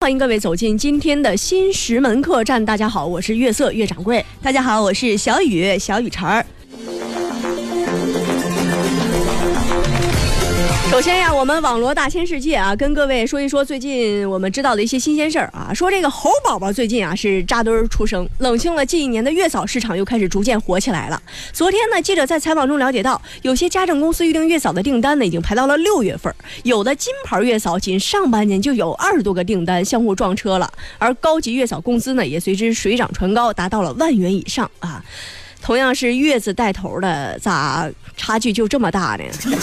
欢迎各位走进今天的新石门客栈。大家好，我是月色月掌柜。大家好，我是小雨小雨晨儿。首先呀，我们网罗大千世界啊，跟各位说一说最近我们知道的一些新鲜事儿啊。说这个猴宝宝最近啊是扎堆儿出生，冷清了近一年的月嫂市场又开始逐渐火起来了。昨天呢，记者在采访中了解到，有些家政公司预定月嫂的订单呢已经排到了六月份儿，有的金牌月嫂仅上半年就有二十多个订单相互撞车了，而高级月嫂工资呢也随之水涨船高，达到了万元以上啊。同样是月字带头的，咋差距就这么大呢？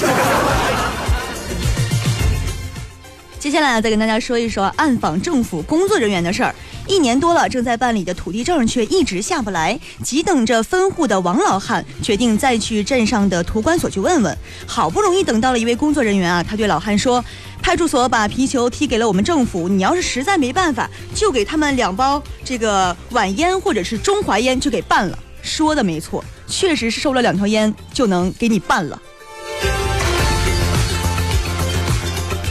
接下来呢，再跟大家说一说暗访政府工作人员的事儿。一年多了，正在办理的土地证却一直下不来，急等着分户的王老汉决定再去镇上的土管所去问问。好不容易等到了一位工作人员啊，他对老汉说：“派出所把皮球踢给了我们政府，你要是实在没办法，就给他们两包这个皖烟或者是中华烟，就给办了。”说的没错，确实是收了两条烟就能给你办了。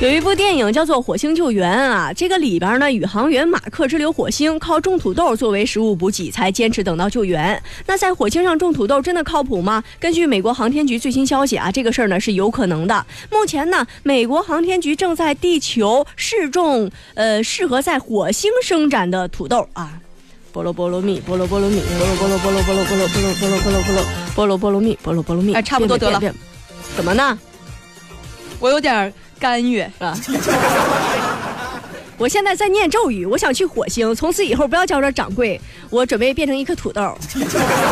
有一部电影叫做《火星救援》啊，这个里边呢，宇航员马克之流火星靠种土豆作为食物补给，才坚持等到救援。那在火星上种土豆真的靠谱吗？根据美国航天局最新消息啊，这个事儿呢是有可能的。目前呢，美国航天局正在地球试种呃适合在火星生长的土豆啊。菠萝菠萝蜜，菠萝菠萝蜜，菠萝菠萝菠萝菠萝菠萝菠萝菠萝菠萝菠萝菠萝菠萝蜜，菠萝菠萝蜜。哎差不多得了变。变变怎么呢？我有点儿干哕。啊！我现在在念咒语，我想去火星，从此以后不要叫这掌柜，我准备变成一颗土豆。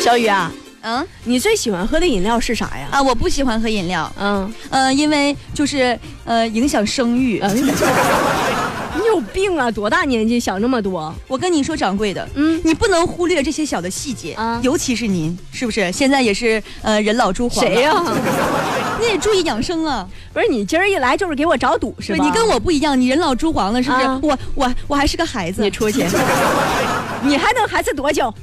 小雨啊，嗯你最喜欢喝的饮料是啥呀？啊，我不喜欢喝饮料。嗯，呃，因为就是呃影响生育、呃 你有病啊！多大年纪想这么多？我跟你说，掌柜的，嗯，你不能忽略这些小的细节，啊尤其是您，是不是？现在也是呃人老珠黄了谁呀、你也注意养生啊。不是你今儿一来就是给我找堵是对吧？你跟我不一样，你人老珠黄了，是不是？啊我我我还是个孩子。你出去， 你还能孩子多久？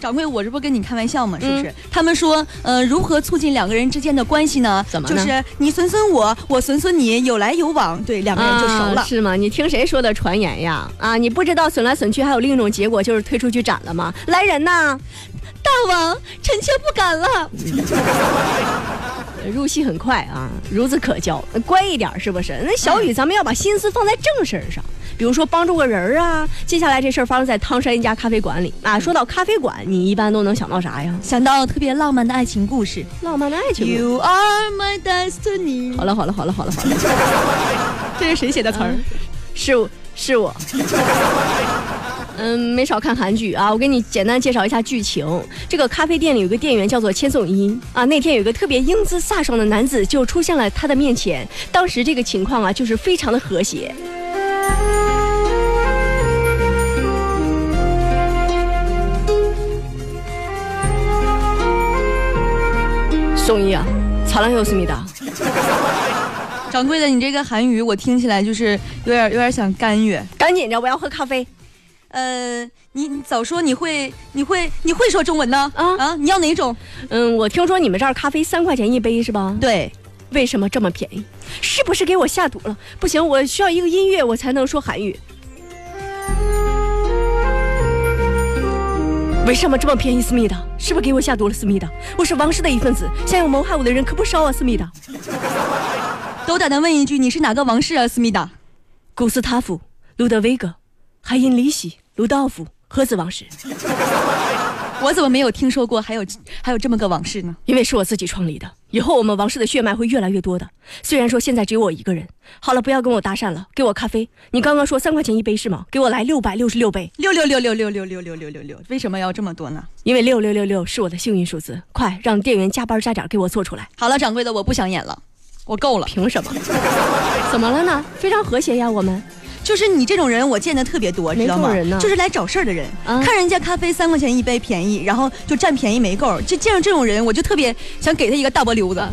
掌柜，我这不跟你开玩笑吗？是嗯不是？他们说，呃，如何促进两个人之间的关系呢？怎么呢就是你损损我，我损损你，有来有往，对，两个人就熟了。啊是吗？你听谁说的传言呀？啊，你不知道损来损去还有另一种结果，就是推出去斩了吗？来人呐，大王，臣妾不敢了。 入戏很快啊，孺子可教，乖一点是不是？那小嗯雨，咱们要把心思放在正事儿上。比如说帮助个人儿啊，接下来这事儿发生在汤山一家咖啡馆里啊。说到咖啡馆，你一般都能想到啥呀？想到特别浪漫的爱情故事。浪漫的爱情。 You are my destiny。好了好了好了好了 好了，这是谁写的词儿？嗯是我是我。 嗯，没少看韩剧啊。我给你简单介绍一下剧情。这个咖啡店里有个店员叫做千颂伊啊。那天有一个特别英姿飒爽的男子就出现了他的面前。当时这个情况啊，就是非常的和谐。颂伊啊，查良有思密达。掌柜的，你这个韩语我听起来就是有点有点想干哕。赶紧的，我要喝咖啡。呃，你你早说你会你会你会说中文呢？啊啊，你要哪种？嗯，我听说你们这儿咖啡三块钱一杯是吧？对，为什么这么便宜？是不是给我下毒了？不行，我需要一个音乐，我才能说韩语。为什么这么便宜，思密达？是不是给我下毒了，思密达？我是王室的一份子，想要谋害我的人可不少啊，思密达。斗胆的问一句，你是哪个王室啊，思密达？古斯塔夫、路德维格、海因里希、鲁道夫、赫兹王室，我怎么没有听说过还有还有这么个王室呢？因为是我自己创立的，以后我们王室的血脉会越来越多的。虽然说现在只有我一个人。好了，不要跟我搭讪了，给我咖啡。你刚刚说三块钱一杯是吗？给我来六百六十六杯。六六六六六六六六六六六，为什么要这么多呢？因为六六六六是我的幸运数字，快让店员加班加点给我做出来。好了，掌柜的，我不想演了，我够了。凭什么？ 怎么了呢？非常和谐呀，我们。就是你这种人，我见的特别多，哪知道吗种人呢？就是来找事儿的人，啊看人家咖啡三块钱一杯便宜，然啊后就占便宜没够。就见着这种人，我就特别想给他一个大波溜子。哎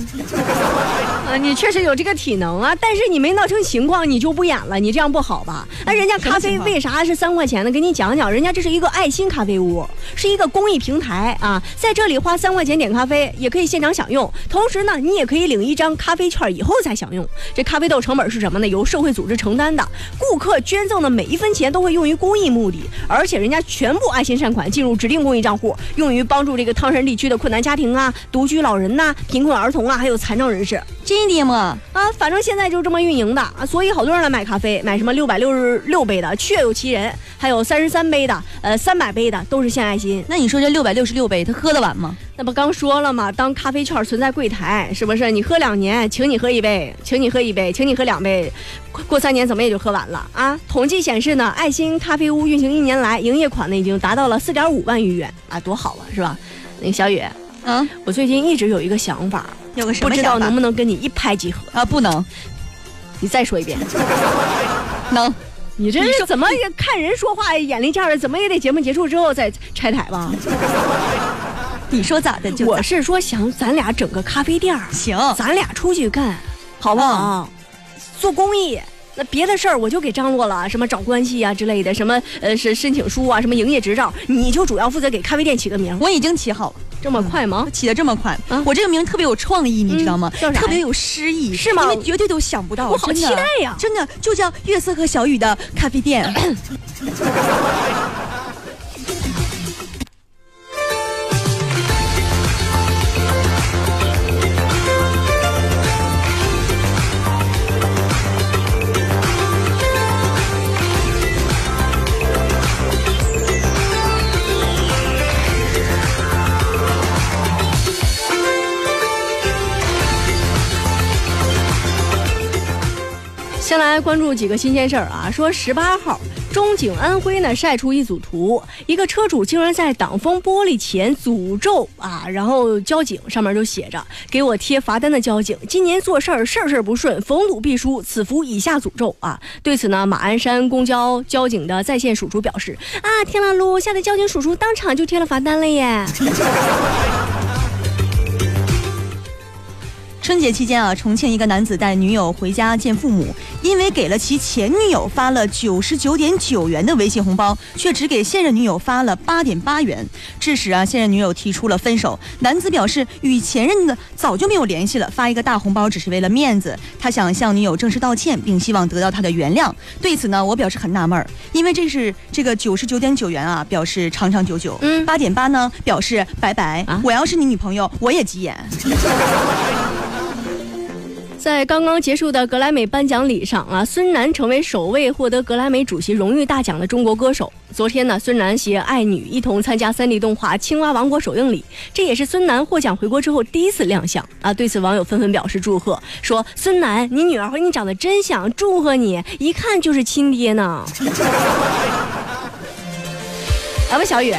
呃，你确实有这个体能啊，但是你没闹成情况，你就不演了，你这样不好吧？那人家咖啡为啥是三块钱呢？给你讲讲，人家这是一个爱心咖啡屋，是一个公益平台啊，在这里花三块钱点咖啡，也可以现场享用，同时呢，你也可以领一张咖啡券以后才享用。这咖啡豆成本是什么呢？由社会组织承担的，顾客捐赠的每一分钱都会用于公益目的，而且人家全部爱心善款进入指定公益账户，用于帮助这个汤山地区的困难家庭啊、独居老人呐、贫困儿童啊，还有残障人士。真的吗？啊，反正现在就这么运营的啊，所以好多人来买咖啡，买什么六百六十六杯的，确有其人，还有三十三杯的，呃，三百杯的，都是献爱心。那你说这六百六十六杯，他喝得完吗？那不刚说了吗？当咖啡券存在柜台，是不是？你喝两年，请你喝一杯，请你喝一杯，请你喝两杯，过过三年怎么也就喝完了啊？统计显示呢，爱心咖啡屋运行一年来，营业款呢已经达到了四点五万余元啊，多好啊，是吧？那个小雨，啊，我最近一直有一个想法，有个什不么知想道法能不能跟你一拍即合？啊？不能，你再说一遍。能。你这你是说怎么也看人说话哎眼力劲儿？怎么也得节目结束之后再拆台吧？你说咋的就我咋是说想咱俩整个咖啡店儿，行。咱俩出去干，好不好？做公益。那别的事儿我就给张罗了，什么找关系啊之类的，什么呃是申请书啊，什么营业执照，你就主要负责给咖啡店起个名儿。我已经起好了，这么快吗？起的这么快、啊我这个名特别有创意，你知道吗？嗯叫啥呀特别有诗意，是吗你们绝对都想不到，我好真的期待呀真的就叫月色和小雨的咖啡店。先来关注几个新鲜事儿啊，说十八号，中景安徽呢晒出一组图，一个车主竟然在挡风玻璃前诅咒啊，然后交警上面就写着给我贴罚单的交警，今年做事儿事儿事儿不顺，逢赌必输，此符以下诅咒啊。对此呢，马鞍山公交交警的在线叔叔表示啊，天啦噜，吓得交警叔叔当场就贴了罚单了耶。春节期间啊，重庆一个男子带女友回家见父母，因为给了其前女友发了九十九点九元的微信红包，却只给现任女友发了八点八元。致使啊，现任女友提出了分手。男子表示与前任的早就没有联系了，发一个大红包只是为了面子，他想向女友正式道歉，并希望得到她的原谅。对此呢，我表示很纳闷儿，因为这是这个九十九点九元啊，表示长长久久，嗯八点八呢表示拜拜。啊我要是你女朋友，我也急眼。在刚刚结束的格莱美颁奖礼上啊，孙楠成为首位获得格莱美主席荣誉大奖的中国歌手。昨天呢，孙楠携爱女一同参加三 D 动画《青蛙王国》首映礼，这也是孙楠获奖回国之后第一次亮相啊。对此，网友纷纷表示祝贺，说：“孙楠，你女儿和你长得真像，祝贺你，一看就是亲爹呢。”啊，不，小雨。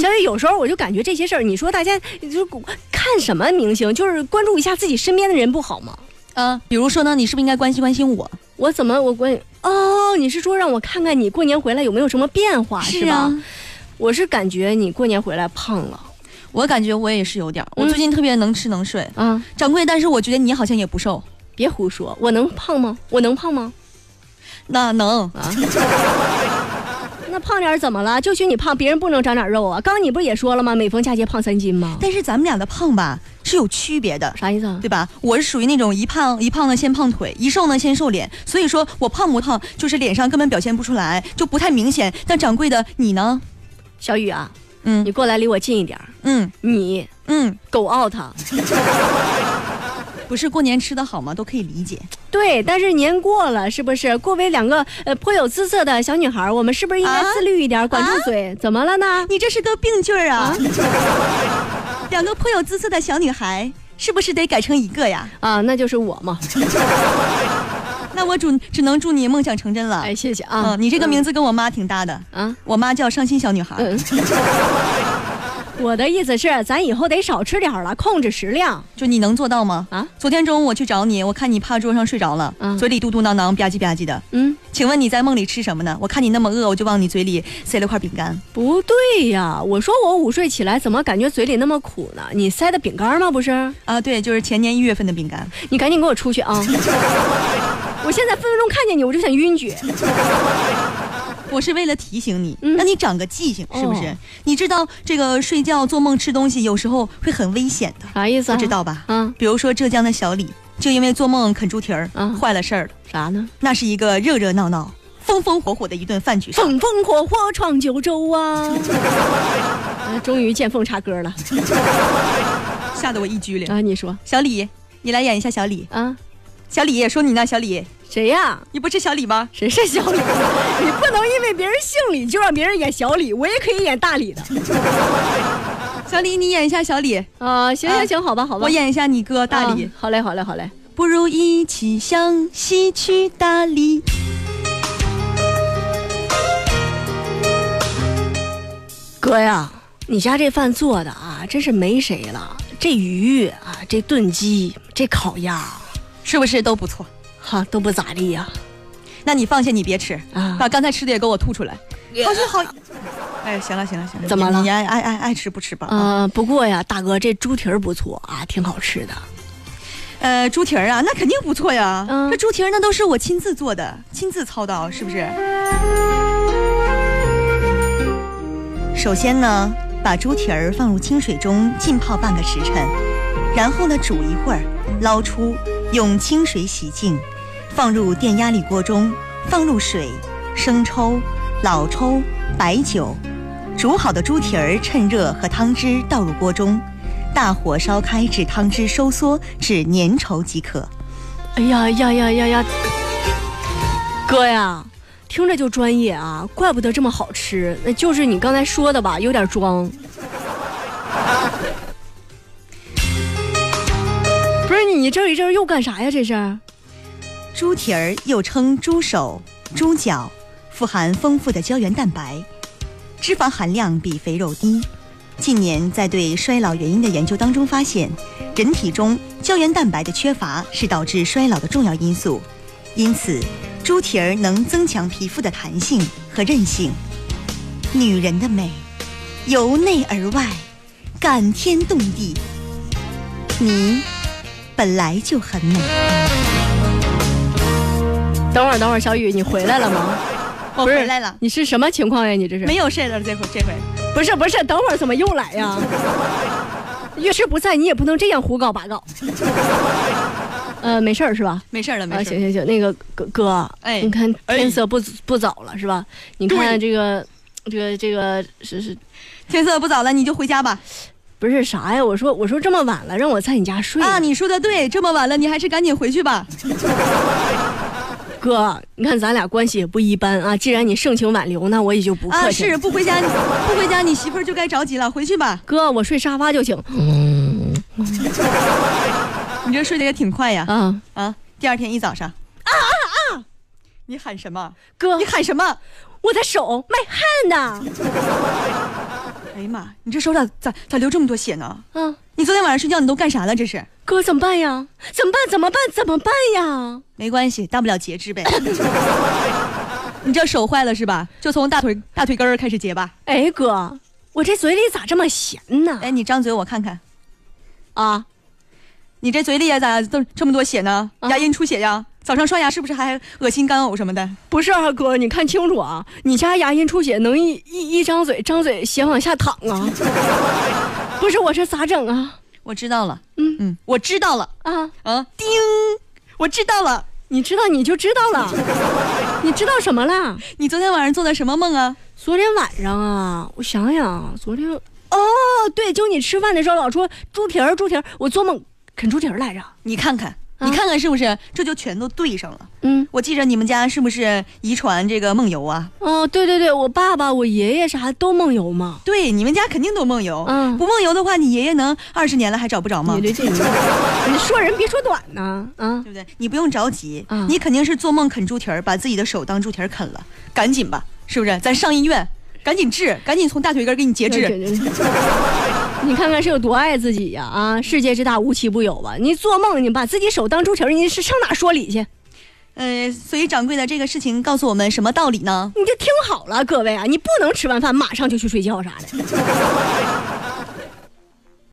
小雨，有时候我就感觉这些事儿，你说大家就是看什么明星，就是关注一下自己身边的人不好吗？嗯，比如说呢，你是不是应该关心关心我？我怎么我关哦？你是说让我看看你过年回来有没有什么变化啊是啊吧？我是感觉你过年回来胖了我感觉我也是有点儿，我嗯最近特别能吃能睡。啊！掌柜，但是我觉得你好像也不瘦。别胡说，我能胖吗？我能胖吗？那能，啊那胖点儿怎么了？就许你胖，别人不能长点肉啊！刚刚你不是也说了吗？每逢佳节胖三斤吗？但是咱们俩的胖吧是有区别的，啥意思啊？对吧？我是属于那种一胖一胖呢先胖腿，一瘦呢先瘦脸，所以说我胖不胖就是脸上根本表现不出来，就不太明显。但掌柜的你呢？小雨啊，嗯你过来离我近一点儿。嗯你嗯，狗 out，不是过年吃的好吗？都可以理解。对，但是年过了，是不是？过为两个呃颇有姿色的小女孩儿，我们是不是应该啊自律一点儿，管住嘴？怎么了呢？你这是个病句儿啊！啊 两个颇有姿色的小女孩，是不是得改成一个呀？啊，那就是我嘛。那我祝只能祝你梦想成真了。哎，谢谢啊。嗯，你这个名字跟我妈挺搭的，嗯啊。我妈叫伤心小女孩。嗯， 我的意思是，咱以后得少吃点儿了，控制食量。就你能做到吗？啊昨天中午我去找你，我看你趴桌上睡着了，嗯嘴里嘟嘟囔囔吧唧吧唧的。嗯，请问你在梦里吃什么呢？我看你那么饿，我就往你嘴里塞了块饼干。不对呀，我说我午睡起来怎么感觉嘴里那么苦呢？你塞的饼干吗？不是，啊，对，就是前年一月份的饼干。你赶紧给我出去 啊！我现在分分钟看见你，我就想晕厥。我是为了提醒你，嗯让你长个记性，是不是？哦你知道这个睡觉、做梦、吃东西有时候会很危险的，啥意思、啊？不知。道吧？嗯，比如说浙江的小李，就因为做梦啃猪蹄儿，嗯坏了事儿了。啥呢？那是一个热热闹闹、风风火火的一顿饭局上。风风火火闯九州啊！ 啊终于见缝插歌了吓得我一激灵。啊！你说小李，你来演一下小李。啊，小李，说你呢，小李，谁呀、你不是小李吗？谁是小李？ 你不能因为别人姓李就让别人演小李，我也可以演大李的。小李，你演一下小李，啊、行行行，好吧，好吧，我演一下你哥大李。啊好嘞，好嘞，好嘞。不如一起向西去大理。哥呀，你家这饭做的啊，真是没谁了。这鱼啊，这炖鸡，这烤鸭，是不是都不错？哈、都不咋地呀、那你放下，你别吃，啊。把刚才吃的也给我吐出来。好是好，哎，行了行了行了，怎么了你爱爱爱爱吃不吃吧？啊，呃，不过呀，大哥，这猪蹄儿不错啊，挺好吃的。呃，猪蹄儿啊，那肯定不错呀。嗯这猪蹄儿那都是我亲自做的，亲自操刀，是不是？首先呢，把猪蹄儿放入清水中浸泡半个时辰，然后呢煮一会儿，捞出，用清水洗净，放入电压力锅中，放入水、生抽、老抽、白酒。煮好的猪蹄儿趁热和汤汁倒入锅中，大火烧开至汤汁收缩至粘稠即可。哎呀呀呀呀呀！哥呀，听着就专业啊，怪不得这么好吃。那就是你刚才说的吧，有点装。不是你这一阵儿又干啥呀？这是？猪蹄儿又称猪手、猪脚，富含丰富的胶原蛋白，脂肪含量比肥肉低。近年在对衰老原因的研究当中发现，人体中胶原蛋白的缺乏是导致衰老的重要因素，因此猪蹄儿能增强皮肤的弹性和韧性。女人的美，由内而外，感天动地。你本来就很美。等会儿，等会儿，小雨，你回来了吗？我不是回来了。你是什么情况呀？你这是？没有事了，这回这回不是不是，等会儿怎么又来呀？月师不在，你也不能这样胡搞八搞。呃，没事儿是吧？没事了，啊，行。行行，那个哥哥，哎你看哎天色不不早了是吧？你看这个这个这个是是天色不早了，你就回家吧。不是啥呀？我说我说这么晚了，让我在你家睡啊，你说的对，这么晚了，你还是赶紧回去吧。哥，啊你看咱俩关系也不一般啊。既然你盛情挽留，那我也就不啊，客气了。是不回家，不回家，你媳妇儿就该着急了，回去吧。哥，我睡沙发就行你这睡得也挺快呀。啊。啊，第二天一早上，啊啊啊！你喊什么？哥你，喊什么？我的手卖汗呢。哎呀妈，你这手咋咋咋流这么多血呢？啊，你昨天晚上睡觉你都干啥了？这是？哥怎么办呀？怎么办？怎么办？怎么办呀？没关系，大不了截肢呗。你这手坏了是吧？就从大腿大腿根儿开始截吧。哎，哥，我这嘴里咋这么咸呢？哎，你张嘴我看看。啊，你这嘴里也咋这这么多血呢？啊牙龈出血呀？早上刷牙是不是还恶心干呕什么的？不是啊，哥，你看清楚啊，你家牙龈出血能一一一张嘴，张嘴血往下淌啊？ 不是，我这咋整啊？我知道了，嗯嗯，我知道了，啊，啊，叮，我知道了，你知道你就知道了，你知道什么啦？你昨天晚上做的什么梦啊？昨天晚上啊，我想想啊，昨天哦，对，就你吃饭的时候老说猪蹄儿，猪蹄儿，我做梦啃猪蹄儿来着。你看看，啊你看看是不是？这就全都对上了。嗯，我记着你们家是不是遗传这个梦游啊？哦，对对对，我爸爸、我爷爷啥都梦游嘛。对，你们家肯定都梦游。嗯不梦游的话，你爷爷能二十年了还找不着吗？你对这这，你说人别说短呢啊！不对？你不用着急，嗯你肯定是做梦啃猪蹄儿，把自己的手当猪蹄儿啃了，赶紧吧，是不是？咱上医院，赶紧治，赶紧从大腿根儿给你截肢。 你看看是有多爱自己呀啊世界之大，无奇不有吧！你做梦，你把自己手当猪蹄儿，你是上哪说理去？呃，所以掌柜的这个事情告诉我们什么道理呢？你就听好了，各位啊，你不能吃完饭马上就去睡觉啥的。